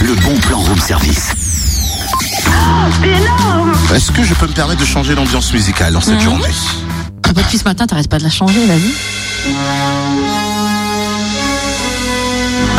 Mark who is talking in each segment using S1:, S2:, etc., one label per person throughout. S1: le bon plan room service.
S2: Oh, C'est énorme
S1: Est-ce que je peux me permettre de changer l'ambiance musicale dans cette
S3: Mhm.
S1: journée
S3: Ah, bah, depuis ce matin, t'arrêtes pas de la changer, vas-y.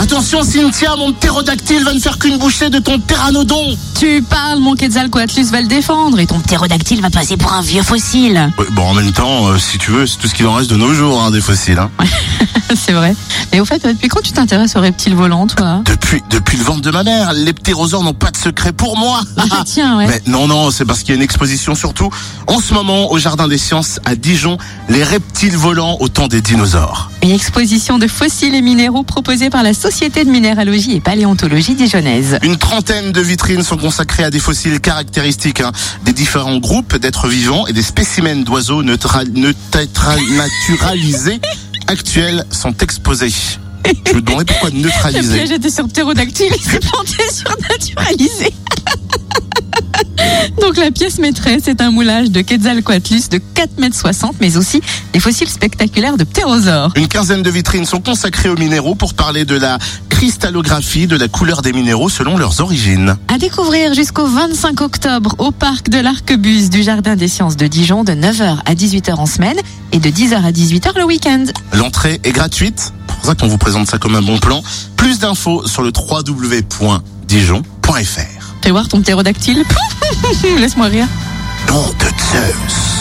S1: Attention Cynthia, mon ptérodactyle va ne faire qu'une bouchée de ton pteranodon
S3: Tu parles, mon Quetzalcoatlus va le défendre et ton ptérodactyle va passer pour un vieux fossile.
S1: Ouais, Bon, en même temps, euh, si tu veux, c'est tout ce qu'il en reste de nos jours, hein, des fossiles. hein.
S3: C'est vrai. Mais au fait, depuis quand tu t'intéresses aux reptiles volants, toi
S1: Depuis, depuis le ventre de ma mère, les ptérosaures n'ont pas de secret pour moi
S3: Ah, tiens, ouais.
S1: Mais non, non, c'est parce qu'il y a une exposition surtout en ce moment au Jardin des Sciences à Dijon, les reptiles volants au temps des dinosaures.
S3: Une exposition de fossiles et minéraux proposée par la Société de minéralogie et paléontologie dijonnaise.
S1: Une trentaine de vitrines sont consacrées à des fossiles caractéristiques hein, des différents groupes d'êtres vivants et des spécimens d'oiseaux neutra- neutra- naturalisés actuels sont exposés. Je me demandais pourquoi
S3: Le
S1: neutraliser.
S3: piège était sur ptérodactyle et s'est planté sur naturalisé. Donc la pièce maîtresse est un moulage de Quetzalcoatlus de 4,60 mètres, mais aussi des fossiles spectaculaires de ptérosaures.
S1: Une quinzaine de vitrines sont consacrées aux minéraux pour parler de la cristallographie, de la couleur des minéraux selon leurs origines.
S3: À découvrir jusqu'au 25 octobre au parc de l'Arquebuse du Jardin des Sciences de Dijon de 9h à 18h en semaine et de 10h à 18h le week-end.
S1: L'entrée est gratuite. C'est pour ça qu'on vous présente ça comme un bon plan. Plus d'infos sur le www.dijon.fr.
S3: Fais voir ton ptérodactyle. Laisse-moi rire.
S1: Nom de Zeus.